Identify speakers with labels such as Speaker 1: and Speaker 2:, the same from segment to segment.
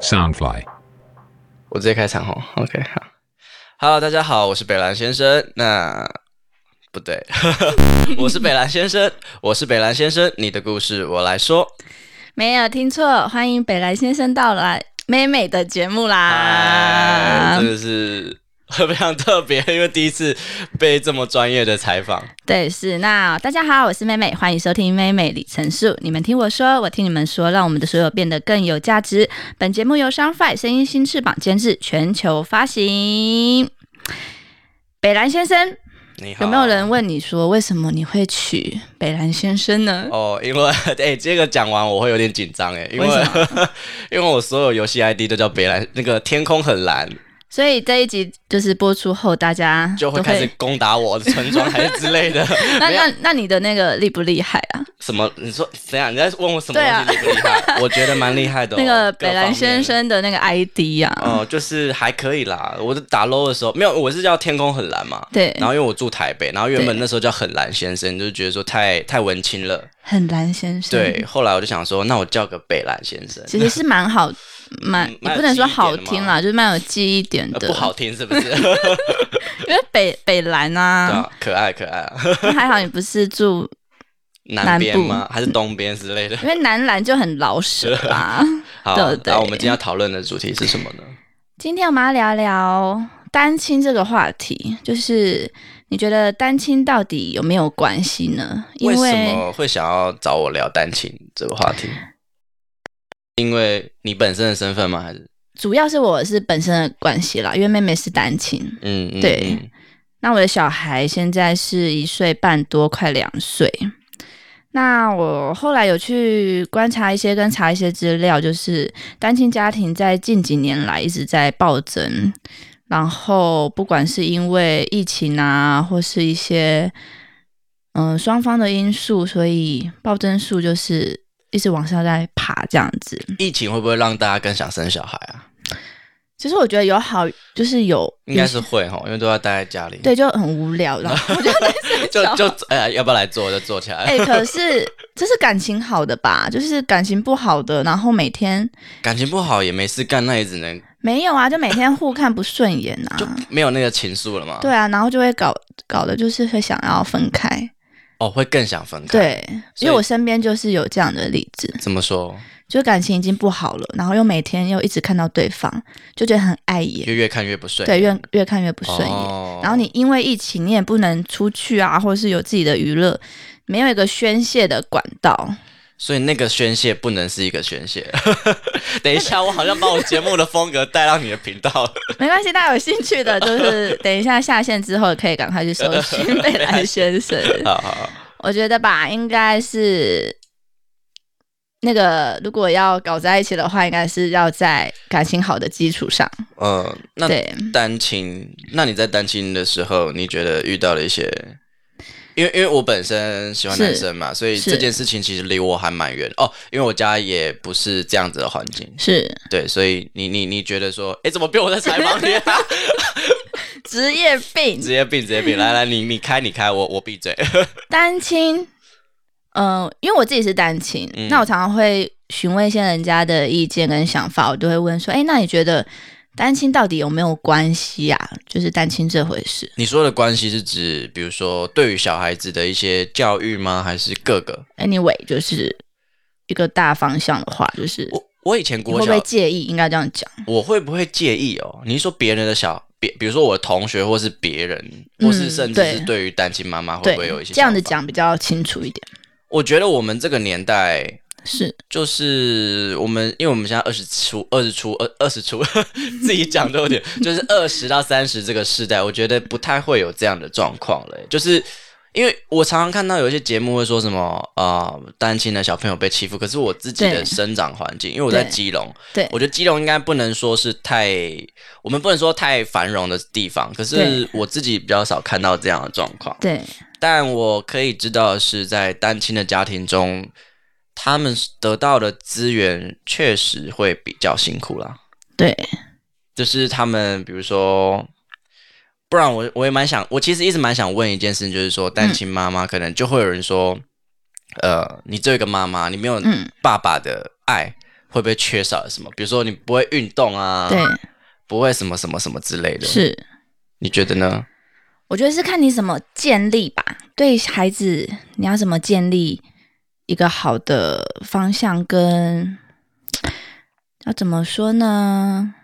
Speaker 1: Soundfly。
Speaker 2: 我直接开场吼，OK，好，Hello，大家好，我是北兰先生。那不对， 我是北兰先生，我是北兰先生，你的故事我来说。
Speaker 3: 没有听错，欢迎北来先生到来美美的节目
Speaker 2: 哎
Speaker 3: 啦
Speaker 2: 真。的是 非常特别，因为第一次被这么专业的采访。
Speaker 3: 对，是那大家好，我是妹妹，欢迎收听妹妹李陈述。你们听我说，我听你们说，让我们的所有变得更有价值。本节目由 s o u n f i 声音新翅膀监制，全球发行。北兰先生，
Speaker 2: 你好，
Speaker 3: 有没有人问你说为什么你会娶北兰先生呢？
Speaker 2: 哦，因为 哎、这个讲完我会有点紧张哎，因为
Speaker 3: 为什
Speaker 2: 因为我所有游戏 ID 都叫北蓝，那个天空很蓝，
Speaker 3: 所以这一集就是播出后，大家
Speaker 2: 就会
Speaker 3: 都
Speaker 2: 开始攻打我的村庄还是之类的。
Speaker 3: 那
Speaker 2: 没有
Speaker 3: 那那你的那个厉不厉害啊？
Speaker 2: 什么？你说怎样？你在问我什么
Speaker 3: 对啊
Speaker 2: 东西厉不厉 害？我觉得蛮厉害的哦、
Speaker 3: 那个
Speaker 2: 各
Speaker 3: 北兰
Speaker 2: 方
Speaker 3: 先
Speaker 2: 面。
Speaker 3: 生的那个 ID 啊，
Speaker 2: 哦，就是还可以啦。我打 low 的时候，没有，我是叫天空很蓝嘛。
Speaker 3: 对
Speaker 2: 然后因为我住台北，然后原本
Speaker 3: 对
Speaker 2: 那时候叫很蓝先生，就觉得说太太文青了。
Speaker 3: 很蓝先生，
Speaker 2: 对，，后来我就想说，那我叫个北蓝先生。
Speaker 3: 其实是蛮好，蛮
Speaker 2: 嗯
Speaker 3: 也
Speaker 2: 蛮有
Speaker 3: 不能说
Speaker 2: 记忆点
Speaker 3: 好
Speaker 2: 的嘛
Speaker 3: 听啦，就是蛮有记忆点
Speaker 2: 呃
Speaker 3: 的，
Speaker 2: 不好，听是不 是？对
Speaker 3: 因为北北兰啊，
Speaker 2: 啊，可爱可爱啊，
Speaker 3: 那还好你不是住，
Speaker 2: 南边
Speaker 3: 部
Speaker 2: 吗？还是东边之类的？
Speaker 3: 因为南兰就很老舍 啊啦。
Speaker 2: 好，
Speaker 3: 对对
Speaker 2: 然后我们今天要讨论的主题是什么呢？
Speaker 3: 今天我们要聊聊单亲这个话题，就是你觉得单亲到底有没有关系呢？因
Speaker 2: 为什
Speaker 3: 为
Speaker 2: 么会想要找我聊单亲这个话题？因为你本身的身份吗？还是
Speaker 3: 主要是我是本身的关系啦，因为妹妹是单亲，
Speaker 2: 嗯，嗯
Speaker 3: 对
Speaker 2: 嗯
Speaker 3: 那我的小孩现在是一岁半多，快两岁。那我后来有去观察一些跟查一些资料，就是单亲家庭在近几年来一直在暴增，然后不管是因为疫情啊，或是一些嗯、呃双方的因素，所以暴增数就是一直往上在爬这样子。
Speaker 2: 疫情会不会让大家更想生小孩啊？
Speaker 3: 其实我觉得有好，就是有
Speaker 2: 应该是会哈，因为都要待在家里。，
Speaker 3: 嗯对，就很无聊，然后我就在睡
Speaker 2: 就
Speaker 3: 觉
Speaker 2: 就哎、要不要来做就做起来？
Speaker 3: 哎、可是这是感情好的吧？就是感情不好的，然后每天
Speaker 2: 感情不好也没事干，那也只能
Speaker 3: 没有啊，就每天互看不顺眼
Speaker 2: 就
Speaker 3: 啊，
Speaker 2: 没有那个情愫了嘛。
Speaker 3: 对，啊，然后就会搞搞的，就是会想要分开。
Speaker 2: 哦，会更想分开。，
Speaker 3: 对，
Speaker 2: 所以
Speaker 3: 因为我身边就是有这样的例子，
Speaker 2: 怎么说？
Speaker 3: 就是感情已经不好了，然后又每天又一直看到对方，就觉得很碍眼，
Speaker 2: 就越看越不顺。
Speaker 3: 对，越越看越不顺眼。
Speaker 2: 哦
Speaker 3: 然后你因为疫情，你也不能出去啊，或者是有自己的娱乐，没有一个宣泄的管道。
Speaker 2: 所以那个宣泄不能是一个宣 泄。等一下，我好像把我节目的风格带到你的频道 了。
Speaker 3: 没关系，大家有兴趣的， 就是等一下下线之后可以赶快去搜寻贝莱先 生。
Speaker 2: 好好好，
Speaker 3: 我觉得吧，应该是那个如果要搞在一起的话，应该是要在感情好的基础上。
Speaker 2: 嗯，那
Speaker 3: 对，
Speaker 2: 单亲，那你在单亲的时候，你觉得遇到了一些？因为因为我本身喜欢男生嘛，所以
Speaker 3: 是
Speaker 2: 这件事情其实离我还蛮远哦。因为我家也不是这样子的环境，
Speaker 3: 是
Speaker 2: 对，所以你你你觉得说，哎，怎么变我在采访你、啊？
Speaker 3: 职业病
Speaker 2: 职，业病，职业病，来来，你你开你开，我我闭嘴。
Speaker 3: 单亲。嗯、因为我自己是单亲，
Speaker 2: 嗯
Speaker 3: 那我常常会询问一些人家的意见跟想法，我都会问说：“哎、那你觉得单亲到底有没有关系啊？就是单亲这回事。”
Speaker 2: 你说的关系是指，比如说对于小孩子的一些教育吗？还是各个？
Speaker 3: anyway，就是一个大方向的话，就是
Speaker 2: 我我以前
Speaker 3: 你
Speaker 2: 国
Speaker 3: 会不
Speaker 2: 小，
Speaker 3: 会介意？应该这样讲，
Speaker 2: 我会不会介意哦？你是说别人的小，别比如说我的同学，或是别人，或是
Speaker 3: 嗯
Speaker 2: 甚至是
Speaker 3: 对
Speaker 2: 对于单亲妈妈，会
Speaker 3: 对
Speaker 2: 不会有一些，
Speaker 3: 这样子
Speaker 2: 想法？
Speaker 3: 讲比较清楚一点。
Speaker 2: 我觉得我们这个年代。
Speaker 3: 是
Speaker 2: 就是我们，因为我们现在二十出、二十出、二二十出， 自己讲都有 点，就是二十到三十这个世代，我觉得不太会有这样的状况了。欸就是因为我常常看到有一些节目会说什么啊、呃单亲的小朋友被欺负，可是我自己的
Speaker 3: 对
Speaker 2: 生长环境，因为我在
Speaker 3: 对
Speaker 2: 基隆，
Speaker 3: 对
Speaker 2: 我觉得基隆应该不能说是太，我们不能说太繁荣的地方，可是
Speaker 3: 对
Speaker 2: 我自己比较少看到这样的状况。
Speaker 3: 对，
Speaker 2: 但我可以知道的是，在单亲的家庭中，他们得到的资源确实会比较辛苦啦。
Speaker 3: 对，
Speaker 2: 就是他们，比如说，不然我我也蛮想，我其实一直蛮想问一件事，就是说
Speaker 3: 嗯
Speaker 2: 单亲妈妈可能就会有人说，呃，你只有一个妈妈，你没有
Speaker 3: 嗯
Speaker 2: 爸爸的爱，会不会缺少了什么？比如说你不会运动啊，
Speaker 3: 对，，
Speaker 2: 不会什么什么什么之类的。，
Speaker 3: 是。
Speaker 2: 你觉得呢？
Speaker 3: 我觉得是看你怎么建立吧，对孩子你要怎么建立一个好的方向跟要怎么说呢？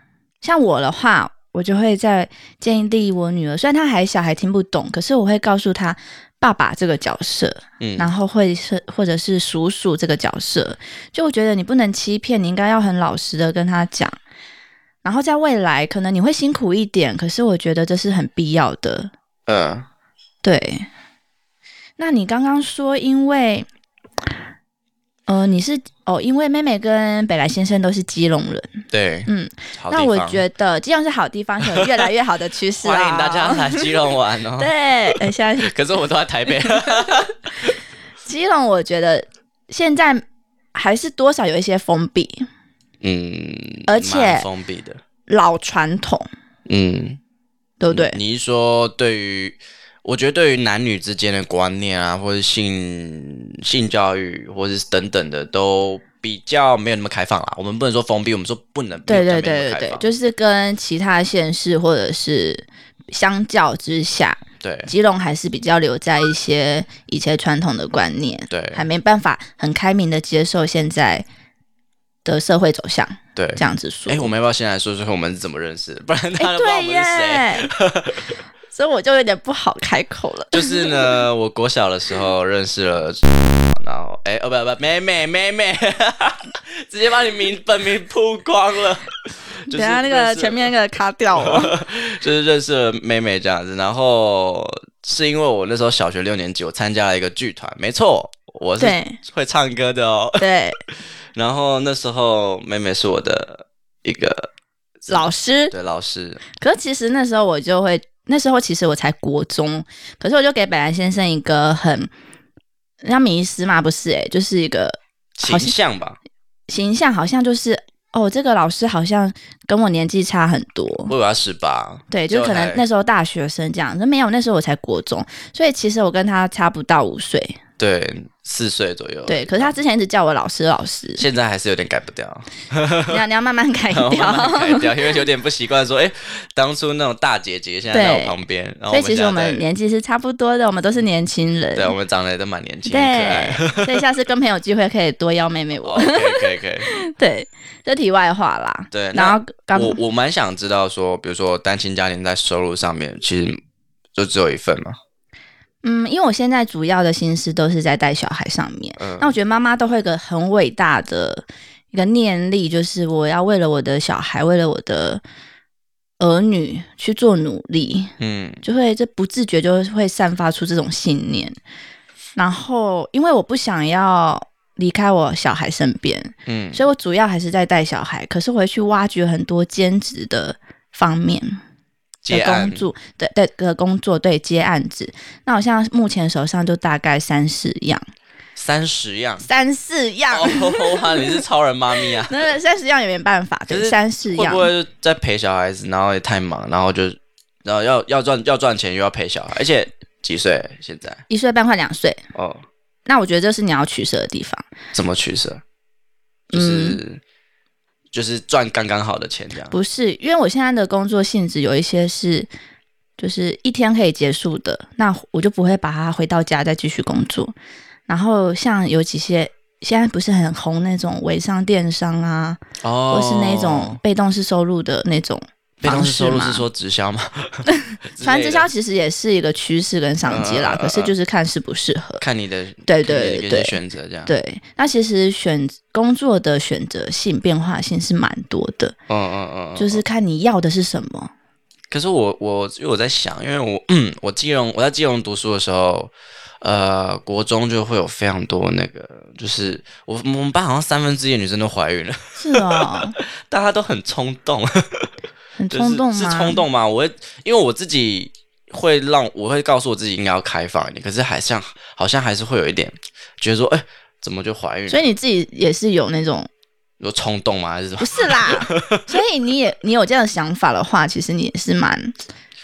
Speaker 3: 像我的话，我就会在建立我女儿，虽然她还小还听不懂，可是我会告诉她爸爸这个角色，
Speaker 2: 嗯，
Speaker 3: 然后会是或者是叔叔这个角色，就我觉得你不能欺骗，你应该要很老实的跟他讲。然后在未来，可能你会辛苦一点，可是我觉得这是很必要的。
Speaker 2: 嗯，
Speaker 3: 对，那你刚刚说，因为，呃，你是哦，因为妹妹跟北来先生都是基隆人，
Speaker 2: 对，
Speaker 3: 嗯，
Speaker 2: 好地
Speaker 3: 那
Speaker 2: 方。
Speaker 3: 我觉得基隆是好地方，有越来越好的趋势
Speaker 2: 欢迎大家
Speaker 3: 哦。
Speaker 2: 来基隆玩哦。
Speaker 3: 对，呃现在
Speaker 2: 可是我们都在台北。
Speaker 3: 基隆，我觉得现在还是多少有一些封闭、
Speaker 2: 嗯，
Speaker 3: 而且
Speaker 2: 蛮封闭的。
Speaker 3: 老传统，
Speaker 2: 嗯，
Speaker 3: 对不对？
Speaker 2: 你是说对于，我觉得对于男女之间的观念啊，或者性性教育，或者是等等的，都比较没有那么开放啦。我们不能说封闭，我们说不能比较
Speaker 3: 对
Speaker 2: 没有那
Speaker 3: 对对
Speaker 2: 么
Speaker 3: 对
Speaker 2: 开
Speaker 3: 对，
Speaker 2: 放。
Speaker 3: 就是跟其他县市或者是相较之下，
Speaker 2: 对
Speaker 3: 基隆还是比较留在一些以前传统的观念。
Speaker 2: 对
Speaker 3: 还没办法很开明的接受现在的社会走向，
Speaker 2: 对
Speaker 3: 这样子说。
Speaker 2: 哎，我们要不要先来说说我们是怎么认识的？不然大
Speaker 3: 哎
Speaker 2: 家都不知道我
Speaker 3: 对
Speaker 2: 们是谁。
Speaker 3: 耶， 所以我就有点不好开口了。
Speaker 2: 就是呢，我国小的时候认识了，然后哎，哦不不，妹妹妹妹， 直接把你名本名曝光 了。就是
Speaker 3: 等一下那
Speaker 2: 认
Speaker 3: 个
Speaker 2: 识了
Speaker 3: 前面那个卡掉哦。
Speaker 2: 就是认识了妹妹这样子，然后是因为我那时候小学六年级，我参加了一个剧团，没错，我是
Speaker 3: 对
Speaker 2: 会唱歌的哦。
Speaker 3: 对，
Speaker 2: 然后那时候妹妹是我的一个
Speaker 3: 老师。
Speaker 2: 对老师，
Speaker 3: 可是其实那时候我就会，那时候其实我才国中，可是我就给北兰先生一个很，像迷失嘛，不是、欸？哎，就是一个
Speaker 2: 形象吧，
Speaker 3: 形象，好像就是哦，这个老师好像跟我年纪差很多。
Speaker 2: 我以为她十八，
Speaker 3: 对，就
Speaker 2: 结
Speaker 3: 可
Speaker 2: 果
Speaker 3: 能
Speaker 2: 才
Speaker 3: 那时候大学生这样，那没有，那时候我才国中，所以其实我跟他差不到五岁。
Speaker 2: 对四岁左右，，
Speaker 3: 对，可是他之前一直叫我老师老师
Speaker 2: 现在还哦是有点改不掉，
Speaker 3: 你要你要慢慢改哎掉。
Speaker 2: 我慢慢改掉，因为有点不习惯说，哎，当初那种大姐姐现在在我
Speaker 3: 对
Speaker 2: 旁边，然后
Speaker 3: 所以其实
Speaker 2: 现在
Speaker 3: 我们
Speaker 2: 在
Speaker 3: 年纪是差不多的，我们都是年轻人。
Speaker 2: 对我们长得也都蛮年轻，可爱。
Speaker 3: 对，所以下次跟朋友聚会可以多邀妹妹
Speaker 2: 哦
Speaker 3: 我。
Speaker 2: 可以可以可以，
Speaker 3: 对，这题外话啦。
Speaker 2: 对，那
Speaker 3: 然后刚
Speaker 2: 我我蛮想知道说，比如说单亲家庭在收入上面，其实就只有一份嘛。
Speaker 3: 嗯，因为我现在主要的心思都是在带小孩上面。
Speaker 2: 嗯
Speaker 3: 那我觉得妈妈都会有一个很伟大的一个念力，就是我要为了我的小孩，为了我的儿女去做努力，
Speaker 2: 嗯
Speaker 3: 就会这不自觉就会散发出这种信念。然后，因为我不想要离开我小孩身边，
Speaker 2: 嗯，
Speaker 3: 所以我主要还是在带小孩，可是我会去挖掘很多兼职的方面。
Speaker 2: 接
Speaker 3: 的
Speaker 2: 案
Speaker 3: 工作，对对的工作，对接案子。那我现在目前手上就大概三四样，
Speaker 2: 三十样。
Speaker 3: 三四样，
Speaker 2: 哦 哇，你是超人妈咪啊！
Speaker 3: 那三十样也没办法，
Speaker 2: 可
Speaker 3: 对，
Speaker 2: 是
Speaker 3: 三四
Speaker 2: 会
Speaker 3: 样
Speaker 2: 不。会在陪小孩子，然后也太忙，然后就然后要要赚要赚钱又要陪小孩，而且几岁现在？
Speaker 3: 一岁半快两岁，
Speaker 2: 哦，
Speaker 3: 那我觉得这是你要取舍的地方。
Speaker 2: 怎么取舍？就是、就是赚刚刚好的钱这样。
Speaker 3: 嗯不是，因为我现在的工作性质有一些是，就是一天可以结束的，那我就不会把它回到家再继续工作。然后像有几些现在不是很红那种微商电商啊，
Speaker 2: 哦，
Speaker 3: 或是那种被动式收入的那种
Speaker 2: 被动
Speaker 3: 方
Speaker 2: 式
Speaker 3: 式
Speaker 2: 收入
Speaker 3: 嘛
Speaker 2: 是说直销 吗？
Speaker 3: 传
Speaker 2: 之类
Speaker 3: 直销
Speaker 2: 的
Speaker 3: 其实也是一个趋势跟商机啦，
Speaker 2: 嗯嗯嗯嗯
Speaker 3: 可是就是看适不适合。
Speaker 2: 看你的看
Speaker 3: 对
Speaker 2: 你的
Speaker 3: 对
Speaker 2: 一些
Speaker 3: 对
Speaker 2: 选择这样。
Speaker 3: 对，那其实选工作的选择性、变化性是蛮多的，
Speaker 2: 嗯嗯嗯，嗯
Speaker 3: 就是看你要的是什 么。
Speaker 2: 可是我我因为我在想，因为我 我基隆我在基隆读书的时候，呃，国中就会有非常多那个，就是我我们班好像三分之一的女生都怀孕了，
Speaker 3: 是哦，
Speaker 2: 大家都很冲动，
Speaker 3: 很
Speaker 2: 就是
Speaker 3: 冲动吗？
Speaker 2: 是冲。动吗？我会因为我自己会让我会告诉我自己应该要开放一点，可是好像好像还是会有一点觉得说，哎、怎么就怀孕了？
Speaker 3: 所以你自己也是有那种
Speaker 2: 有冲动吗？还是什么
Speaker 3: 不？是 啦，所以你也你有这样的想法的话，其实你也是蛮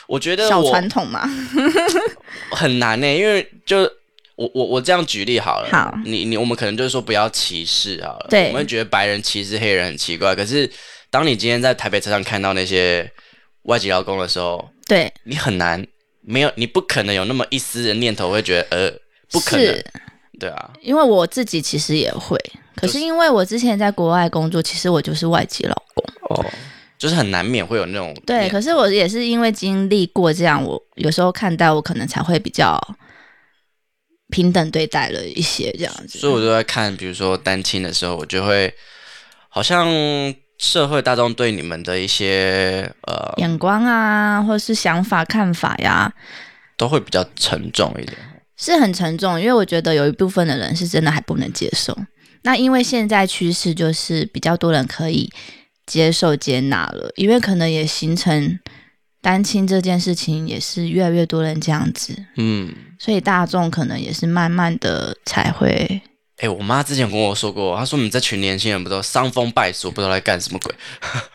Speaker 2: 我觉得
Speaker 3: 小
Speaker 2: 我欸
Speaker 3: 传统嘛。
Speaker 2: 很难呢、因为就我我我这样举例好了，
Speaker 3: 好
Speaker 2: 你你我们可能就是说不要歧视好了，
Speaker 3: 对
Speaker 2: 我们会觉得白人歧视黑人很奇怪，可是当你今天在台北车上看到那些外籍劳工的时候，
Speaker 3: 对，
Speaker 2: 你很难没有，你不可能有那么一丝的念头会觉得呃，不可能
Speaker 3: 是，
Speaker 2: 对啊，
Speaker 3: 因为我自己其实也会，可
Speaker 2: 就是
Speaker 3: 是因为我之前在国外工作，其实我就是外籍劳工。
Speaker 2: 哦，就是很难免会有那种
Speaker 3: 对，
Speaker 2: 念
Speaker 3: 可是我也是因为经历过这样，我有时候看待我可能才会比较平等对待了一些这样子。
Speaker 2: 所以我就在看，比如说单亲的时候，我就会好像社会大众对你们的一些呃，
Speaker 3: 眼光啊，或是想法、看法呀，
Speaker 2: 都会比较沉重一点。
Speaker 3: 是很沉重，因为我觉得有一部分的人是真的还不能接受。那因为现在趋势就是比较多人可以接受接纳了，因为可能也形成单亲这件事情也是越来越多人这样子，
Speaker 2: 嗯，
Speaker 3: 所以大众可能也是慢慢的才会
Speaker 2: 哎、我妈之前跟我说过，她说你们这群年轻人不都伤风败俗，不知道在干什么鬼。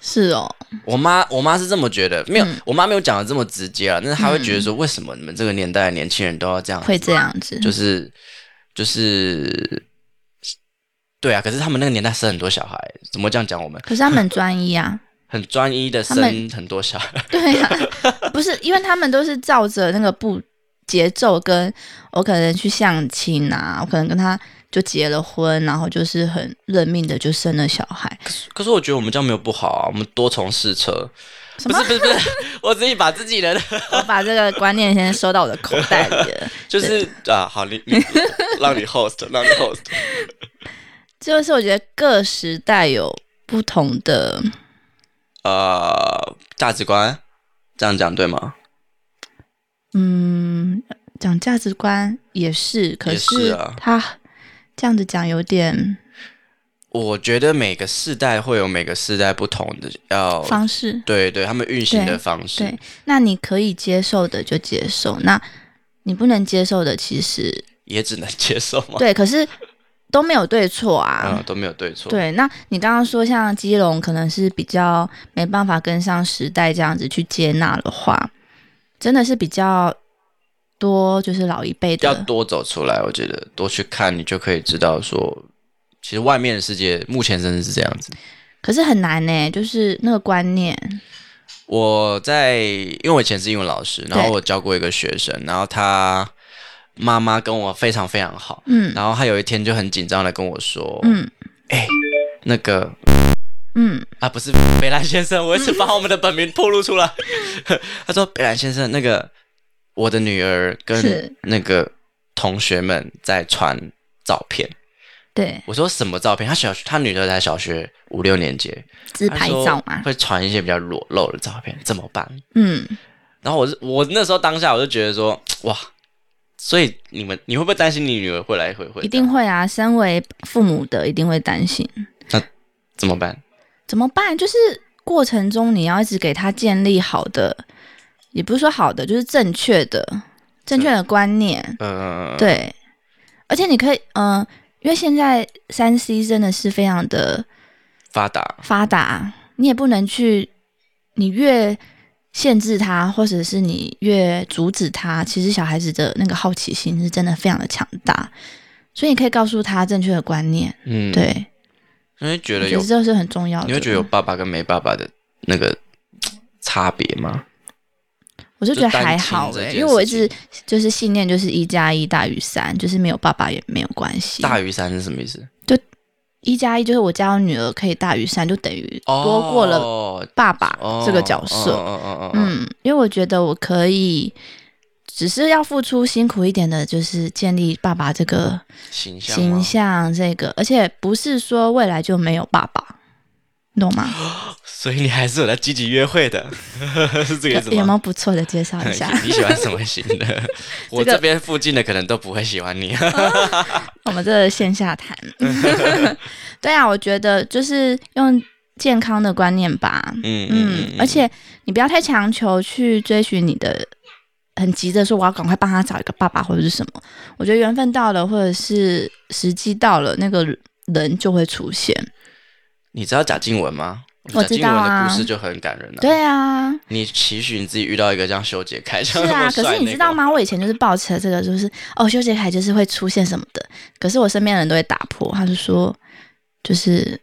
Speaker 3: 是哦，
Speaker 2: 我妈，我妈是这么觉得，没有，
Speaker 3: 嗯
Speaker 2: 我妈没有讲的这么直接啊，但是她会觉得说，为什么你们这个年代的年轻人都要这样？啊
Speaker 3: 会这样子，
Speaker 2: 就是就是，对啊，可是他们那个年代生很多小孩，怎么这样讲？我们
Speaker 3: 可是他们很专一啊，
Speaker 2: 很专一的
Speaker 3: 他们
Speaker 2: 生很多小孩。
Speaker 3: 对呀、不是，因为他们都是照着那个步节奏跟，我可能去相亲啊，我可能跟他就结了婚，然后就是很认命的就生了小孩，
Speaker 2: 可是我觉得我们这样没有不好啊，我们多重试车。
Speaker 3: 什
Speaker 2: 不
Speaker 3: 么
Speaker 2: 是不是不是， 我自己把自己的
Speaker 3: 我把这个观念先收到我的口袋里了。
Speaker 2: 就是啊，好，你你让你 host，让你 host。
Speaker 3: 就是我觉得各时代有不同的，
Speaker 2: 呃，价值观这样讲对吗？
Speaker 3: 嗯，讲价值观也是，可
Speaker 2: 也是啊
Speaker 3: 他这样子讲有点
Speaker 2: 我觉得每个世代会有每个世代不同的要，
Speaker 3: 方式。
Speaker 2: 对对，他们运行的
Speaker 3: 对
Speaker 2: 方式。
Speaker 3: 对，那你可以接受的就接受，那你不能接受的，其实
Speaker 2: 也只能接受嘛。
Speaker 3: 对，可是都没有对错 啊。
Speaker 2: 嗯，都没有对错。
Speaker 3: 对，那你刚刚说像基隆可能是比较没办法跟上时代这样子去接纳的话，真的是比较多就是老一辈
Speaker 2: 要
Speaker 3: 的，
Speaker 2: 多走出来，我觉得多去看，你就可以知道说，其实外面的世界目前真的是这样子。
Speaker 3: 可是很难呢、就是那个观念，
Speaker 2: 我在，因为我以前是英文老师，然后我教过一个学生，然后他妈妈跟我非常非常好，
Speaker 3: 嗯
Speaker 2: 然后他有一天就很紧张的跟我说，
Speaker 3: 嗯
Speaker 2: 那个
Speaker 3: 嗯，
Speaker 2: 啊不是北兰先生，我一直把我们的本名透露出来，嗯他说北兰先生，那个我的女儿跟
Speaker 3: 是
Speaker 2: 那个同学们在传照片，
Speaker 3: 对，
Speaker 2: 我说什么照片？他小他女儿才小学五六年级，
Speaker 3: 自拍照
Speaker 2: 他说
Speaker 3: 嘛，
Speaker 2: 会传一些比较裸露的照片，怎么办？
Speaker 3: 嗯，
Speaker 2: 然后我是我那时候当下我就觉得说，哇，所以你们你会不会担心你女儿会来会会？
Speaker 3: 一定会啊，身为父母的一定会担心。
Speaker 2: 怎么办？
Speaker 3: 怎么办？就是过程中你要一直给他建立好的，也不是说好的，就是正确的、正确的观念。
Speaker 2: 嗯，
Speaker 3: 对，而且你可以，嗯、因为现在三 C 真的是非常的
Speaker 2: 发达，
Speaker 3: 发达，你也不能去，你越限制他，或者是你越阻止他，其实小孩子的那个好奇心是真的非常的强大，所以你可以告诉他正确的观念。
Speaker 2: 嗯，，
Speaker 3: 对，
Speaker 2: 你会觉
Speaker 3: 我
Speaker 2: 得
Speaker 3: 觉
Speaker 2: 有
Speaker 3: 得，这是很重要的。
Speaker 2: 你会觉得有爸爸跟没爸爸的那个差别吗？
Speaker 3: 我就觉得还好
Speaker 2: 就担心
Speaker 3: 哎、
Speaker 2: 这件事情
Speaker 3: 因为我一直就是信念就是一加一大于三，就是没有爸爸也没有关系。
Speaker 2: 大于三是什么意思？
Speaker 3: 一加一就是我家有女儿可以大于三，就等于
Speaker 2: 哦
Speaker 3: 多过了
Speaker 2: 哦
Speaker 3: 爸爸这个角
Speaker 2: 哦
Speaker 3: 色。
Speaker 2: 哦哦哦，嗯，
Speaker 3: 嗯，因为我觉得我可以，只是要付出辛苦一点的，就是建立爸爸这个
Speaker 2: 形象吗
Speaker 3: 形象，这个而且不是说未来就没有爸爸，你懂 吗？
Speaker 2: 所以你还是有在积极约会的， 是这个意思
Speaker 3: 有 没
Speaker 2: 吗？？
Speaker 3: 有不错的介绍一下
Speaker 2: 你喜欢什么型的？ 我
Speaker 3: 这个
Speaker 2: 这边附近的可能都不会喜欢你。 嗯
Speaker 3: 我们这线下谈。 对啊，我觉得就是用健康的观念吧。
Speaker 2: 嗯
Speaker 3: 嗯，而且你不要太强求去追寻你的，很急着说我要赶快帮他找一个爸爸或者是什么。我觉得缘分到了，或者是时机到了，那个人就会出现。
Speaker 2: 你知道贾静雯吗？我
Speaker 3: 我知道啊
Speaker 2: 的故事就很感人了、
Speaker 3: 对啊，
Speaker 2: 你期许你自己遇到一个像修杰楷这样
Speaker 3: 是
Speaker 2: 那
Speaker 3: 啊。
Speaker 2: 么帅、
Speaker 3: 可是你知道？吗？我以前就是抱持了这个，就是哦，修杰楷就是会出现什么的。可是我身边的人都会打破，他就说，就是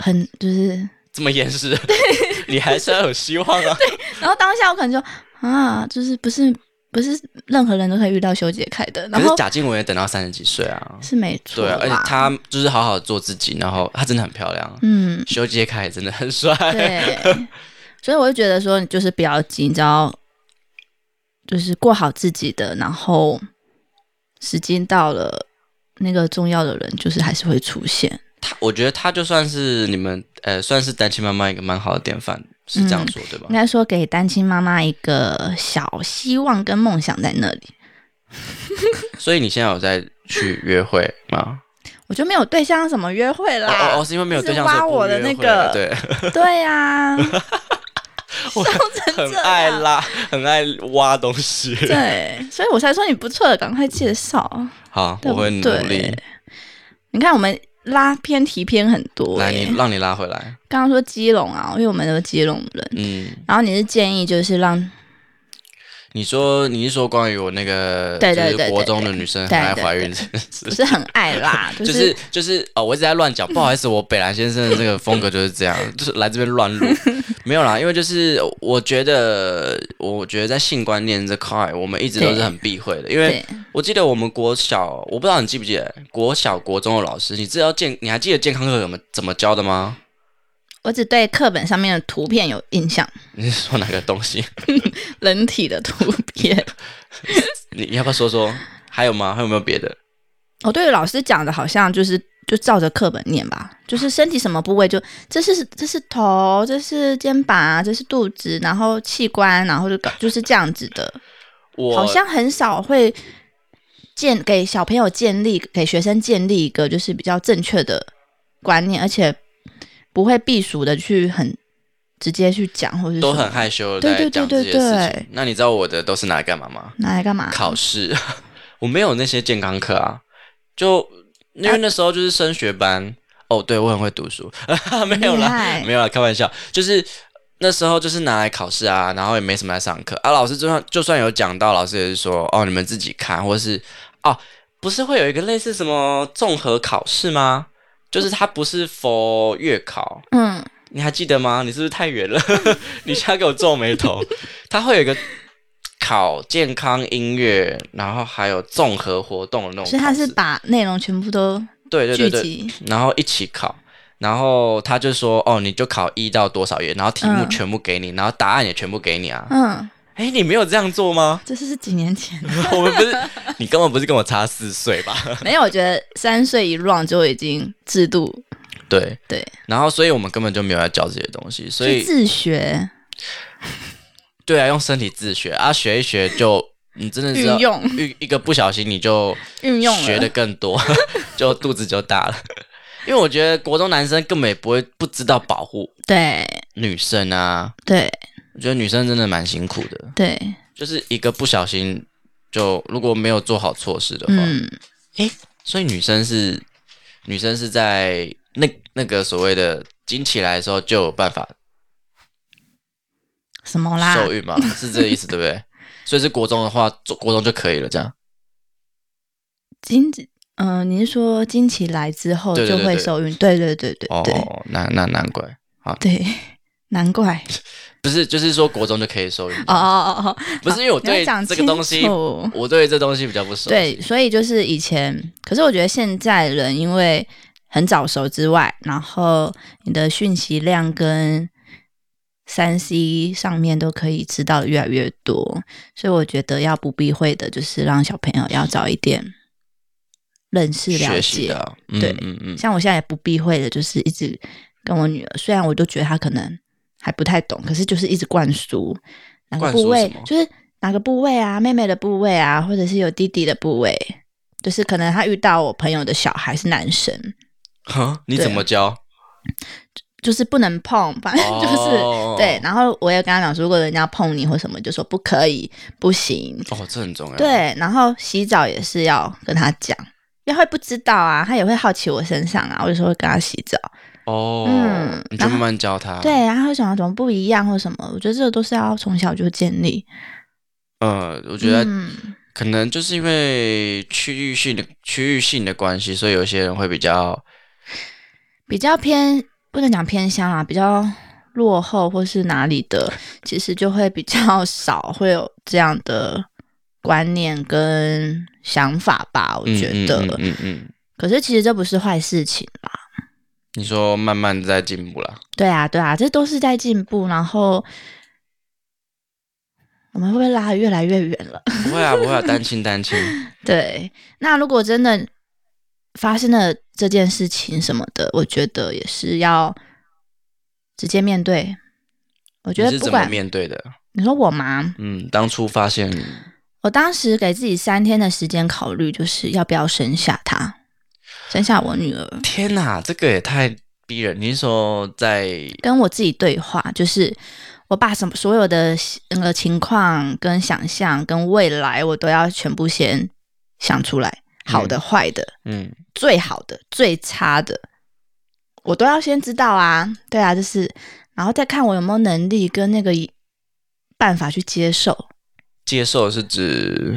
Speaker 3: 很就是
Speaker 2: 这么厌世， 你还是要有希望啊！
Speaker 3: 然后当下我可能就啊，就是不是不是任何人都可以遇到修杰楷的，
Speaker 2: 可
Speaker 3: 然
Speaker 2: 是
Speaker 3: 后
Speaker 2: 贾静雯也等到三十几岁啊，
Speaker 3: 是没错
Speaker 2: 对
Speaker 3: 啦，
Speaker 2: 啊，而且她就是好好做自己，然后她真的很漂亮啊。
Speaker 3: 嗯
Speaker 2: 修杰楷也真的很帅，
Speaker 3: 对，所以我就觉得说你就是不要急，你只要就是过好自己的，然后时间到了，那个重要的人就是还是会出现。
Speaker 2: 他我觉得他就算是你们呃，算是单亲妈妈一个蛮好的典范，是这样
Speaker 3: 嗯
Speaker 2: 说、对吧
Speaker 3: 应？该说给单亲妈妈一个小希望跟梦想在那里。
Speaker 2: 所以你现在有在去约会吗？
Speaker 3: 我就没有对象啊什么约会
Speaker 2: 哦哦
Speaker 3: 啦，
Speaker 2: 哦，是因为没有对象，
Speaker 3: 就是挖
Speaker 2: 所以不
Speaker 3: 我的
Speaker 2: 约会
Speaker 3: 那个
Speaker 2: 对，
Speaker 3: 对啊 呀、笑成这
Speaker 2: 很
Speaker 3: 样，
Speaker 2: 爱拉，很爱挖东西。
Speaker 3: 对，所以我才说你不错，赶快介绍，啊
Speaker 2: 好，
Speaker 3: 对
Speaker 2: 我
Speaker 3: 不
Speaker 2: 会努力
Speaker 3: 对。？你看我们拉偏题偏很多、
Speaker 2: 来，
Speaker 3: 欸，
Speaker 2: 你让你拉回来。
Speaker 3: 刚刚说基隆啊，因为我们都是基隆人，
Speaker 2: 嗯，
Speaker 3: 然后你是建议就是让
Speaker 2: 你说你是说关于我那个
Speaker 3: 对
Speaker 2: 就
Speaker 3: 对对
Speaker 2: 是
Speaker 3: 对
Speaker 2: 国中的女生很
Speaker 3: 对
Speaker 2: 爱
Speaker 3: 对
Speaker 2: 怀孕
Speaker 3: 对
Speaker 2: 这件事
Speaker 3: 不是很爱 啦，就、
Speaker 2: 就是是就是哦，我一直在乱讲，不好意思，我北兰先生的这个风格就是这样，就是来这边乱录，没有啦，因为就是我觉得，我觉得在性观念这块，我们一直都是
Speaker 3: 对
Speaker 2: 很避讳的，因为
Speaker 3: 对
Speaker 2: 我记得我们国小，我不知道你记不记得国小国中的老师，你知道健，你还记得健康课怎么怎么教的吗？
Speaker 3: 我只对课本上面的图片有印象，
Speaker 2: 你是说哪个东西？
Speaker 3: 人体的图片。
Speaker 2: 你你要不要说说？还有吗？还有没有别的？
Speaker 3: 我对于老师讲的好像就是就照着课本念吧，就是身体什么部位就这是这是头，这是肩膀，啊这是肚子，然后器官，然后就搞就是这样子的。
Speaker 2: 我
Speaker 3: 好像很少会建给小朋友建立给学生建立一个就是比较正确的观念，而且不会避俗的去很直接去讲，或者
Speaker 2: 都很害羞
Speaker 3: 对
Speaker 2: 地在
Speaker 3: 对
Speaker 2: 讲这些
Speaker 3: 对对
Speaker 2: 事情
Speaker 3: 对。
Speaker 2: 那你知道我的都是拿来干嘛吗？
Speaker 3: 拿来干嘛？
Speaker 2: 考试， 我没有那些健康课啊，就
Speaker 3: 啊
Speaker 2: 因为那时候就是升学班。哦，对我很会读书， 没有
Speaker 3: 厉
Speaker 2: 啦
Speaker 3: 害，
Speaker 2: 没有啦，开玩笑，就是。那时候就是拿来考试啊，然后也没什么来上课啊。老师就算就算有讲到，老师也是说哦，你们自己看，或是哦，不是会有一个类似什么综合考试吗？就是它不是 for 月考，
Speaker 3: 嗯，
Speaker 2: 你还记得吗？你是不是太远了？ 你现在给我皱眉头。它会有一个考健康音乐，然后还有综合活动的那种考试，
Speaker 3: 所以他是把内容全部都
Speaker 2: 对对对
Speaker 3: 聚
Speaker 2: 对，
Speaker 3: 集，
Speaker 2: 然后一起考。然后他就说：“哦，你就考一到多少页，然后题目
Speaker 3: 嗯
Speaker 2: 全部给你，然后答案也全部给你啊。
Speaker 3: 嗯，？
Speaker 2: 哎、你没有这样做吗
Speaker 3: 这是是几年前的，
Speaker 2: 我们不是，你根本不是跟我差四岁吧？
Speaker 3: 没有，我觉得三岁一 round 就已经制度
Speaker 2: 对
Speaker 3: 对，
Speaker 2: 然后所以我们根本就没有在教这些东西，所
Speaker 3: 去
Speaker 2: 以
Speaker 3: 自学
Speaker 2: 对啊，用身体自学啊，学一学就你真的是
Speaker 3: 运
Speaker 2: 要
Speaker 3: 用
Speaker 2: 一一个不小心你就
Speaker 3: 运用
Speaker 2: 学的
Speaker 3: 了，
Speaker 2: 更多， 就肚子就大了。 因为我觉得国中男生根本也不会不知道保护
Speaker 3: 对
Speaker 2: 女生啊，
Speaker 3: 对
Speaker 2: 我觉得女生真的蛮辛苦的，
Speaker 3: 对，
Speaker 2: 就是一个不小心就如果没有做好措施的话，
Speaker 3: 嗯，
Speaker 2: 所以女生是女生是在那那个所谓的经起来的时候就有办法
Speaker 3: 什么啦？
Speaker 2: 受孕嘛，是这个意思对不对？ 所以是国中的话，做国中就可以了，这样
Speaker 3: 经济，嗯、你是说经期来之后
Speaker 2: 对对
Speaker 3: 就
Speaker 2: 对
Speaker 3: 会
Speaker 2: 对
Speaker 3: 受孕？对对对对对对
Speaker 2: 哦，那那难怪，
Speaker 3: 难怪
Speaker 2: 不是就是说国中就可以受孕
Speaker 3: 哦哦哦哦，
Speaker 2: 不是因为我
Speaker 3: 你要
Speaker 2: 对
Speaker 3: 讲
Speaker 2: 这个东西
Speaker 3: 清楚
Speaker 2: 我对这东西比较不熟悉。
Speaker 3: 对，所以就是以前，可是我觉得现在人因为很早熟之外，然后你的讯息量跟三 C 上面都可以知道越来越多，所以我觉得要不避讳的，就是让小朋友要早一点认识了
Speaker 2: 学习
Speaker 3: 解
Speaker 2: 的啊，嗯
Speaker 3: 对
Speaker 2: 嗯嗯，
Speaker 3: 像我现在也不避讳的，就是一直跟我女儿，虽然我都觉得她可能还不太懂，可是就是一直灌输哪个
Speaker 2: 灌输
Speaker 3: 部位
Speaker 2: 什么，
Speaker 3: 就是哪个部位啊，妹妹的部位啊，或者是有弟弟的部位，就是可能她遇到我朋友的小孩是男生，
Speaker 2: 哈，你
Speaker 3: 对
Speaker 2: 怎么教？
Speaker 3: 就是不能碰，反正就是、
Speaker 2: 哦
Speaker 3: 对。然后我也跟她讲说，如果人家碰你或什么，就说不可以，不行。
Speaker 2: 哦，这很重要。，
Speaker 3: 对，然后洗澡也是要跟她讲。因为她会不知道啊，她也会好奇我身上啊，我有时候会跟她洗澡，
Speaker 2: 哦，
Speaker 3: 嗯
Speaker 2: 你就慢慢教他。
Speaker 3: 对，，然后他会想要怎么不一样或什么，我觉得这个都是要从小就建立。
Speaker 2: 嗯，我觉得
Speaker 3: 嗯
Speaker 2: 可能就是因为区域性的区域性的关系，所以有些人会比较
Speaker 3: 比较偏不能讲偏乡啊，比较落后或是哪里的，其实就会比较 少会有这样的观念跟想法吧。我
Speaker 2: 嗯
Speaker 3: 觉得，
Speaker 2: 嗯嗯嗯嗯，
Speaker 3: 可是其实这不是坏事情啦。
Speaker 2: 你说慢慢在进步啦。
Speaker 3: 对啊，对啊，这都是在进步。然后我们会不会拉得越来越远了？
Speaker 2: 不会啊，不会 啊，担心担心。
Speaker 3: 对，那如果真的发生了这件事情什么的，我觉得也是要直接面对。我觉
Speaker 2: 你
Speaker 3: 得
Speaker 2: 是
Speaker 3: 不
Speaker 2: 怎么
Speaker 3: 管
Speaker 2: 面对的？
Speaker 3: 你说我吗？
Speaker 2: 嗯，当初发现
Speaker 3: 我当时给自己三天的时间考虑，就是要不要生下他，生下我女儿，
Speaker 2: 天哪，这个也太逼人！你是说在
Speaker 3: 跟我自己对话，就是我把什么所有的那个情况、跟想象、跟未来，我都要全部先想出来，好的、坏的、
Speaker 2: 嗯
Speaker 3: 最好的、最差的，我都要先知道啊。对啊，就是然后再看我有没有能力跟那个办法去接受。
Speaker 2: 接受是指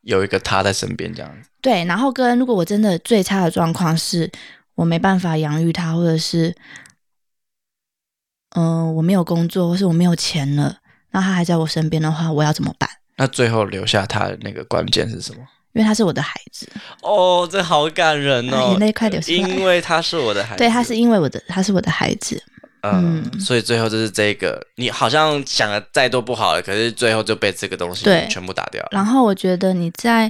Speaker 2: 有一个他在身边这样子？
Speaker 3: 对，然后跟如果我真的最差的状况是我没办法养育他，或者是，嗯、我没有工作，或是我没有钱了，那他还在我身边的话，我要怎么办？
Speaker 2: 那最后留下他的那个关键是什么？
Speaker 3: 因为他是我的孩子，
Speaker 2: 哦，这好感人
Speaker 3: 啊
Speaker 2: 哦，
Speaker 3: 眼泪快流下来
Speaker 2: 因为他是我的孩子，
Speaker 3: 对，他是因为我的，他是我的孩子，
Speaker 2: 嗯，
Speaker 3: 嗯
Speaker 2: 所以最后就是这个，你好像想的再多不好了，可是最后就被这个东西
Speaker 3: 对
Speaker 2: 全部打掉了。
Speaker 3: 然后我觉得你在，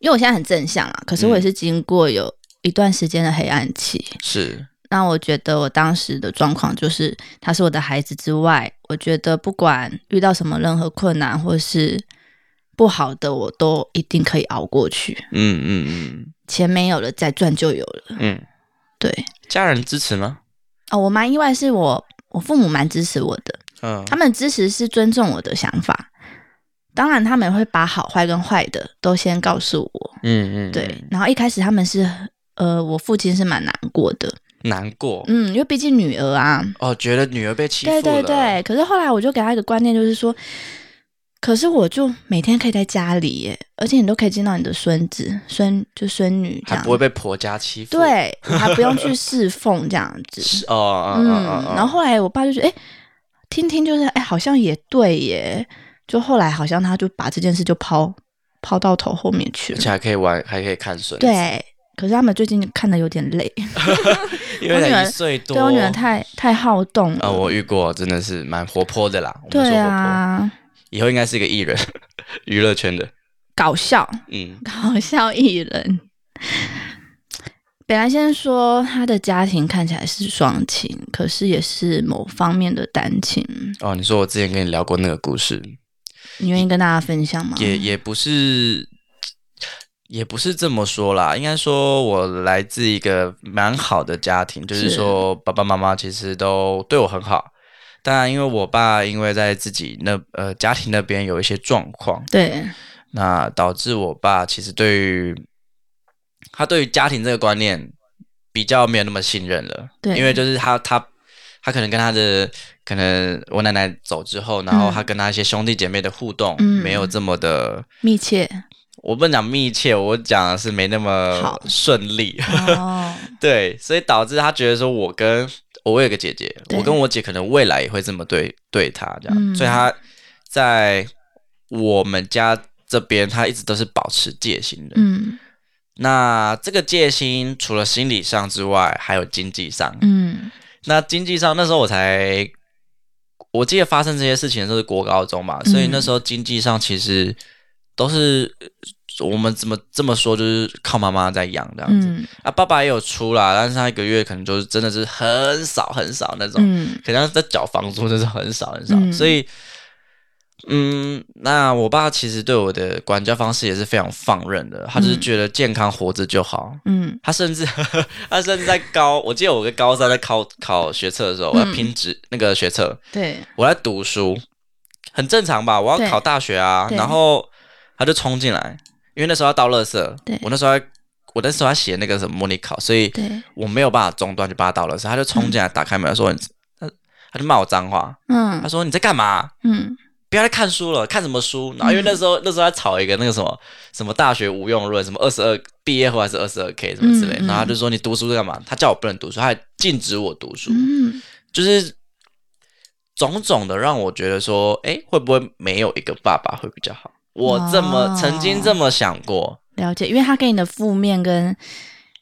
Speaker 3: 因为我现在很正向啊，可是我也
Speaker 2: 嗯
Speaker 3: 是经过有一段时间的黑暗期。
Speaker 2: 是，
Speaker 3: 那我觉得我当时的状况就是，他是我的孩子之外，我觉得不管遇到什么任何困难或是不好的，我都一定可以熬过去。
Speaker 2: 嗯嗯
Speaker 3: 钱没有了再赚就有了。
Speaker 2: 嗯嗯，
Speaker 3: 对，
Speaker 2: 家人支持吗？
Speaker 3: 哦，我蛮意外，是我我父母蛮支持我的，
Speaker 2: 嗯
Speaker 3: 他们支持是尊重我的想法，当然他们也会把好坏跟坏的都先告诉我。
Speaker 2: 嗯嗯，
Speaker 3: 对，然后一开始他们是呃，我父亲是蛮难过的，
Speaker 2: 难过
Speaker 3: 嗯，因为毕竟女儿啊，
Speaker 2: 哦，觉得女儿被欺负了，
Speaker 3: 对对对，可是后来我就给他一个观念，就是说，可是我就每天可以在家里耶，而且你都可以见到你的孙子、孙就孙女这
Speaker 2: 还
Speaker 3: 样
Speaker 2: 不，会被婆家欺负。，
Speaker 3: 对，我还不用去侍奉这样 子。
Speaker 2: 是哦，嗯
Speaker 3: 嗯，
Speaker 2: 嗯嗯，嗯
Speaker 3: 然后后来我爸就觉得，哎，听听就是，哎，好像也对耶。就后来好像他就把这件事就抛抛到头后面去
Speaker 2: 而
Speaker 3: 了。
Speaker 2: 且还可以玩，还可以看孙子，
Speaker 3: 对，可是他们最近看的有点累，
Speaker 2: 因为
Speaker 3: 我女
Speaker 2: 才
Speaker 3: 儿
Speaker 2: 一岁多，
Speaker 3: 对啊我女儿太太好动了。
Speaker 2: 啊，我遇过，真的是蛮活泼的啦。我们
Speaker 3: 对
Speaker 2: 说活泼，
Speaker 3: 啊，
Speaker 2: 以后应该是一个艺人， 娱乐圈的，
Speaker 3: 搞笑。
Speaker 2: 嗯
Speaker 3: 搞笑艺人。北兰先生说，他的家庭看起来是双亲，可是也是某方面的单亲。
Speaker 2: 哦，你说我之前跟你聊过那个故事，
Speaker 3: 你愿意跟大家分享吗？
Speaker 2: 也也不是，也不是这么说啦，应该说我来自一个蛮好的家庭，就是
Speaker 3: 是
Speaker 2: 说爸爸妈妈其实都对我很好。当然，因为我爸因为在自己那呃家庭那边有一些状况，
Speaker 3: 对，
Speaker 2: 那导致我爸其实对于他对于家庭这个观念比较没有那么信任了，
Speaker 3: 对
Speaker 2: 因为就是他他他可能跟他的可能我奶奶走之后，然后他跟他一些兄弟姐妹的互动、
Speaker 3: 嗯
Speaker 2: 没有这么的，
Speaker 3: 密切
Speaker 2: 我不能讲密切，我讲的是没那么
Speaker 3: 好
Speaker 2: 顺利，
Speaker 3: 哦，
Speaker 2: 对，所以导致他觉得说我跟我有个姐姐，
Speaker 3: 对
Speaker 2: 我跟我姐可能未来也会这么对对她这样，
Speaker 3: 嗯
Speaker 2: 所以他在我们家这边，他一直都是保持戒心的。
Speaker 3: 嗯
Speaker 2: 那这个戒心除了心理上之外，还有经济上。
Speaker 3: 嗯
Speaker 2: 那经济上那时候我才，我记得发生这些事情的时候是国高中嘛，
Speaker 3: 嗯
Speaker 2: 所以那时候经济上其实都是呃我们怎么这么说，就是靠妈妈在养这样子。
Speaker 3: 嗯
Speaker 2: 啊，爸爸也有出啦，但是他一个月可能就是真的是很少很少那种，
Speaker 3: 嗯
Speaker 2: 可能在缴房租就是很少很少，
Speaker 3: 嗯
Speaker 2: 所以，嗯，那我爸其实对我的管教方式也是非常放任的，他就是
Speaker 3: 嗯
Speaker 2: 觉得健康活着就好。
Speaker 3: 嗯
Speaker 2: 他甚至 他甚至在高，我记得我跟高三在考考学测的时候，我要
Speaker 3: 嗯
Speaker 2: 拼职、那个学测，
Speaker 3: 对，
Speaker 2: 我在读书，很正常吧？我要
Speaker 3: 对
Speaker 2: 考大学啊，
Speaker 3: 对
Speaker 2: 然后他就冲进来，因为那时候要倒垃圾
Speaker 3: 对，
Speaker 2: 我那时候在，我那时候要写那个什么模拟考，所以
Speaker 3: 对，
Speaker 2: 我没有办法中断去帮他倒垃圾，他就冲进来打开门说你，他他就骂我脏话，
Speaker 3: 嗯
Speaker 2: 他说你在干嘛？
Speaker 3: 嗯，
Speaker 2: 不要再看书了，看什么书？然后因为那时候、那时候他炒一个那个什么什么大学无用论，什么二十二毕业后还是二十二 k 什么之类，
Speaker 3: 嗯嗯
Speaker 2: 然后他就说你读书是干嘛？他叫我不能读书，他还禁止我读书，
Speaker 3: 嗯，
Speaker 2: 就是种种的让我觉得说，哎，会不会没有一个爸爸会比较好？我这么、
Speaker 3: 哦
Speaker 2: 曾经这么想过，
Speaker 3: 了解，因为他给你的负面跟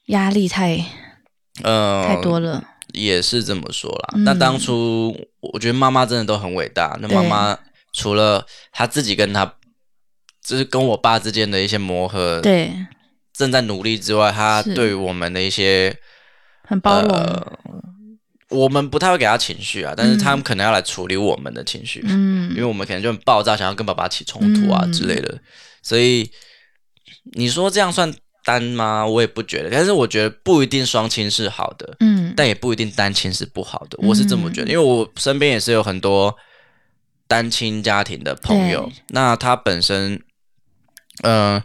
Speaker 3: 压力太
Speaker 2: 嗯、
Speaker 3: 太多了，
Speaker 2: 也是这么说啦。
Speaker 3: 嗯
Speaker 2: 那当初我我觉得妈妈真的都很伟大。那
Speaker 3: 对
Speaker 2: 妈妈除了她自己跟她，就是跟我爸之间的一些磨合，
Speaker 3: 对，
Speaker 2: 正在努力之外，她
Speaker 3: 是
Speaker 2: 对我们的一些
Speaker 3: 很包容，
Speaker 2: 呃，我们不太会给她情绪啊，但是
Speaker 3: 嗯
Speaker 2: 他们可能要来处理我们的情绪，因为
Speaker 3: 嗯，
Speaker 2: 我们可能就很暴躁，想要跟爸爸起冲突啊
Speaker 3: 嗯
Speaker 2: 之类的。所以你说这样算单吗？我也不觉得，但是我觉得不一定双亲是好的。
Speaker 3: 嗯，
Speaker 2: 但也不一定单亲是不好的，我是这么觉得，因为我身边也是有很多单亲家庭的朋友
Speaker 3: 对，
Speaker 2: 那他本身，嗯、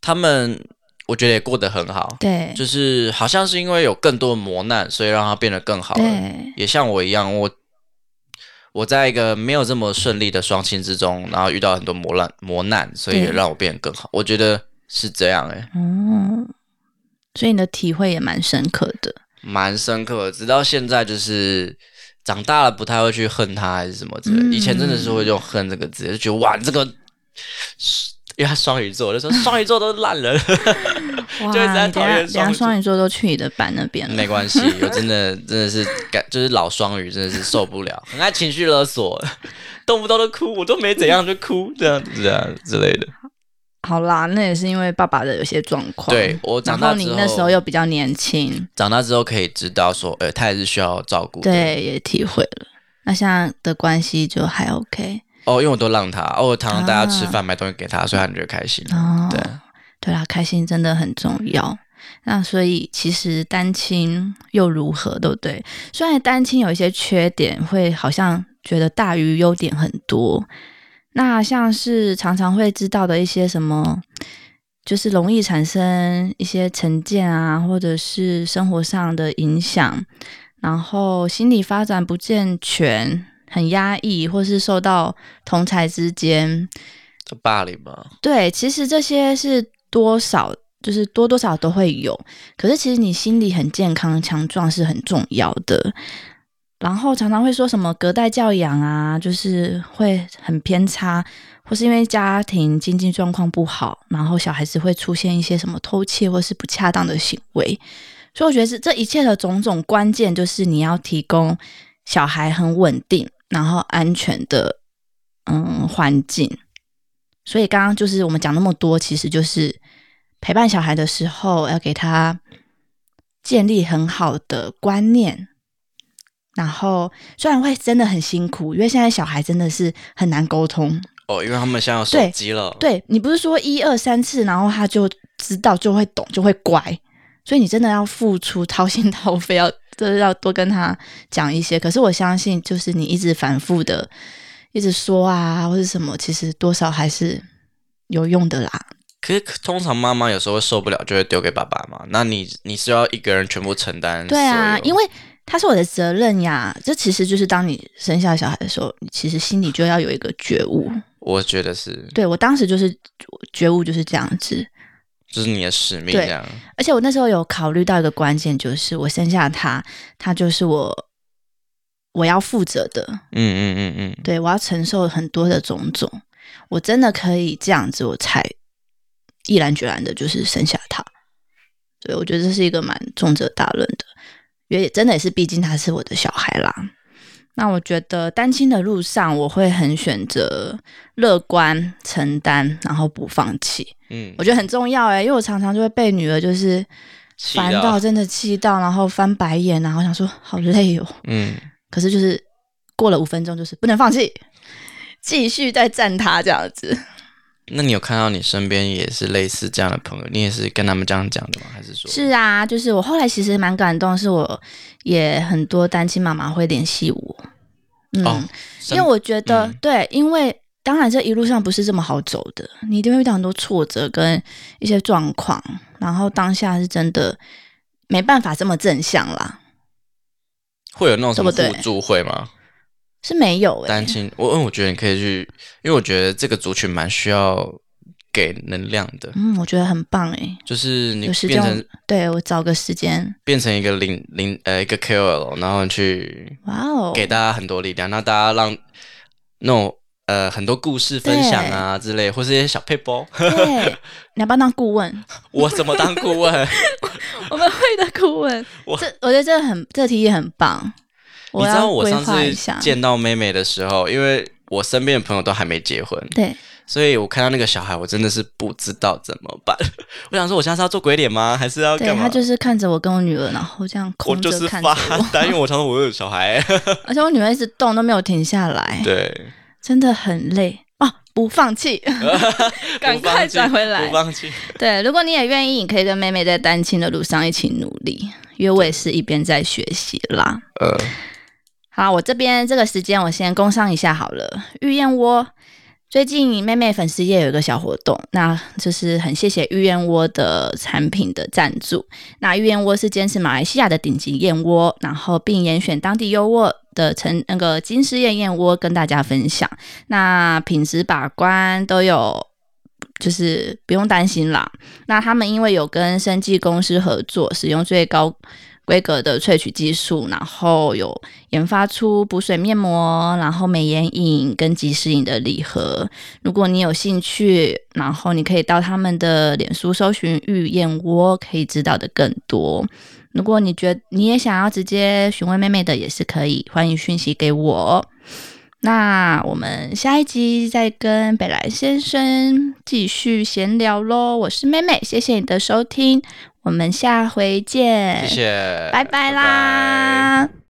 Speaker 2: 他们我觉得也过得很好，
Speaker 3: 对，
Speaker 2: 就是好像是因为有更多磨难，所以让他变得更好了。
Speaker 3: 对，
Speaker 2: 也像我一样，我我在一个没有这么顺利的双亲之中，然后遇到很多磨难磨难，所以也
Speaker 3: 对
Speaker 2: 让我变得更好。我觉得是这样、欸，
Speaker 3: 哦，所以你的体会也蛮深刻的，
Speaker 2: 蛮深刻的，直到现在就是长大了不太会去恨他还是什么之类的。
Speaker 3: 嗯
Speaker 2: 以前真的是会用恨这个字，就觉得哇，你这个，因为他双鱼座，我就说双鱼座都是烂人，
Speaker 3: 哇，
Speaker 2: 就一直在
Speaker 3: 你等
Speaker 2: 讨
Speaker 3: 下
Speaker 2: 厌
Speaker 3: 等
Speaker 2: 双鱼
Speaker 3: 下
Speaker 2: 座
Speaker 3: 双鱼座都去你的班那边
Speaker 2: 没
Speaker 3: 了，
Speaker 2: 关系，我真的真的是感就是老双鱼真的是受不了，很爱情绪勒索，动不动就哭，我都没怎样就哭这样子啊之类的。
Speaker 3: 好啦，那也是因为爸爸的有些状况，
Speaker 2: 对我
Speaker 3: 然
Speaker 2: 长大
Speaker 3: 后
Speaker 2: 之
Speaker 3: 你那时候又比较年轻，
Speaker 2: 长大之后可以知道说，呃，他也是需要照顾的。
Speaker 3: 对，也体会了。那现在的关系就还 OK
Speaker 2: 哦，因为我都让他，哦，我常常带他吃
Speaker 3: 啊
Speaker 2: 饭买东西给他，所以他就觉得开心。
Speaker 3: 哦。
Speaker 2: 对。
Speaker 3: 对啦，开心真的很重要。那所以其实单亲又如何，对不对？虽然单亲有一些缺点，会好像觉得大于优点很多。那像是常常会知道的一些什么，就是容易产生一些成见啊，或者是生活上的影响，然后心理发展不健全，很压抑，或是受到同才之间
Speaker 2: 就霸凌嘛，
Speaker 3: 对，其实这些是多少，就是多多少都会有。可是其实你心理很健康、强壮是很重要的。然后常常会说什么隔代教养啊，就是会很偏差，或是因为家庭经济状况不好，然后小孩子会出现一些什么偷窃或是不恰当的行为。所以我觉得是这一切的种种关键，就是你要提供小孩很稳定，然后安全的嗯环境。所以刚刚就是我们讲那么多，其实就是陪伴小孩的时候，要给他建立很好的观念。然后虽然会真的很辛苦，因为现在小孩真的是很难沟通。
Speaker 2: 哦，因为他们现在有手机了，，
Speaker 3: 对你不是说一二三次，然后他就知道就会懂就会乖，所以你真的要付出掏心掏肺，要就是要多跟他讲一些。可是我相信，就是你一直反复的一直说啊，或是什么，其实多少还是有用的啦。
Speaker 2: 可是通常妈妈有时候会受不了，就会丢给爸爸嘛。那你你是要一个人全部承担所
Speaker 3: 对
Speaker 2: 有？
Speaker 3: 啊，因为他是我的责任呀。这其实就是当你生下小孩的时候，你其实心里就要有一个觉悟。
Speaker 2: 我觉得是，
Speaker 3: 对我当时就是觉悟就是这样子，
Speaker 2: 就是你的使命
Speaker 3: 对
Speaker 2: 这样。
Speaker 3: 而且我那时候有考虑到一个关键，就是我生下他，他就是我我要负责的，
Speaker 2: 嗯嗯嗯嗯，
Speaker 3: 对我要承受很多的种种，我真的可以这样子，我才毅然决然的，就是生下他。对，我觉得这是一个蛮重责大任的，也真的也是，毕竟他是我的小孩啦。那我觉得单亲的路上，我会很选择乐观、承担，然后不放弃。
Speaker 2: 嗯，
Speaker 3: 我觉得很重要哎、因为我常常就会被女儿就是
Speaker 2: 气
Speaker 3: 烦
Speaker 2: 到
Speaker 3: 到真的气到，然后翻白眼，然后想说好累哦。
Speaker 2: 嗯，
Speaker 3: 可是就是过了五分钟，就是不能放弃，继续再赞他这样子。
Speaker 2: 那你有看到你身边也是类似这样的朋友，你也是跟他们这样讲的吗？还是说
Speaker 3: 是啊，就是我后来其实蛮感动，是我也很多单亲妈妈会联系我，嗯，
Speaker 2: 哦，
Speaker 3: 因为我觉得、
Speaker 2: 嗯
Speaker 3: 对，因为当然这一路上不是这么好走的，你一定会遇到很多挫折跟一些状况，然后当下是真的没办法这么正向啦，
Speaker 2: 会有那种什么
Speaker 3: 对不
Speaker 2: 互
Speaker 3: 对
Speaker 2: 助会吗？
Speaker 3: 是没有欸诶、
Speaker 2: 单亲，我嗯，我觉得你可以去，因为我觉得这个族群蛮需要给能量的，
Speaker 3: 嗯，我觉得很棒诶、
Speaker 2: 就是你
Speaker 3: 嗯有时
Speaker 2: 变
Speaker 3: 间
Speaker 2: 成
Speaker 3: 我，对我找个时间，
Speaker 2: 变成一个零零呃一个 KOL，然后去
Speaker 3: 哇哦，
Speaker 2: 给大家很多力量，那大家让那种呃很多故事分享啊之类，或是一些小配包，
Speaker 3: 对，你要不要当顾问？
Speaker 2: 我怎么当顾问？
Speaker 3: 我们会的顾问
Speaker 2: 我，
Speaker 3: 这我觉得这很这提议很棒。
Speaker 2: 你知
Speaker 3: 要
Speaker 2: 道我
Speaker 3: 规
Speaker 2: 上
Speaker 3: 划一
Speaker 2: 次
Speaker 3: 下，
Speaker 2: 见到妹妹的时候，因为我身边的朋友都还没结婚，
Speaker 3: 对，
Speaker 2: 所以我看到那个小孩，我真的是不知道怎么办。 我想说，我现在是要做鬼脸吗？还是要
Speaker 3: 对
Speaker 2: 干嘛？
Speaker 3: 他就是看着我跟我女儿，然后这样
Speaker 2: 我
Speaker 3: 空
Speaker 2: 就
Speaker 3: 着
Speaker 2: 是
Speaker 3: 看着
Speaker 2: 发
Speaker 3: 我，
Speaker 2: 呆，因为我常常我有小孩。
Speaker 3: 而且我女儿一直动都没有停下来，
Speaker 2: 对，
Speaker 3: 真的很累哦，不放弃， 赶
Speaker 2: 不放
Speaker 3: 快
Speaker 2: 弃
Speaker 3: 转回来
Speaker 2: 不。放弃。
Speaker 3: 对，如果你也愿意，你可以跟妹妹在单亲的路上一起努力，因为我也是一边在学习啦。
Speaker 2: 呃，
Speaker 3: 好，我这边这个时间我先工商一下好了。玉燕窝最近妹妹粉丝页有一个小活动，那就是很谢谢玉燕窝的产品的赞助。那玉燕窝是坚持马来西亚的顶级燕窝，然后并严选当地优渥的成那个金丝燕燕窝跟大家分享。那品质把关都有。就是不用担心啦。那他们因为有跟生技公司合作，使用最高规格的萃取技术，然后有研发出补水面膜，然后美眼影跟即时影的礼盒。如果你有兴趣，然后你可以到他们的脸书搜寻“玉燕窝”，可以知道的更多。如果你觉你也想要直接询问妹妹的，也是可以，欢迎讯息给我。那我们下一集再跟北兰先生继续闲聊喽。我是妹妹，谢谢你的收听，我们下回见，
Speaker 2: 谢谢，
Speaker 3: 拜拜啦。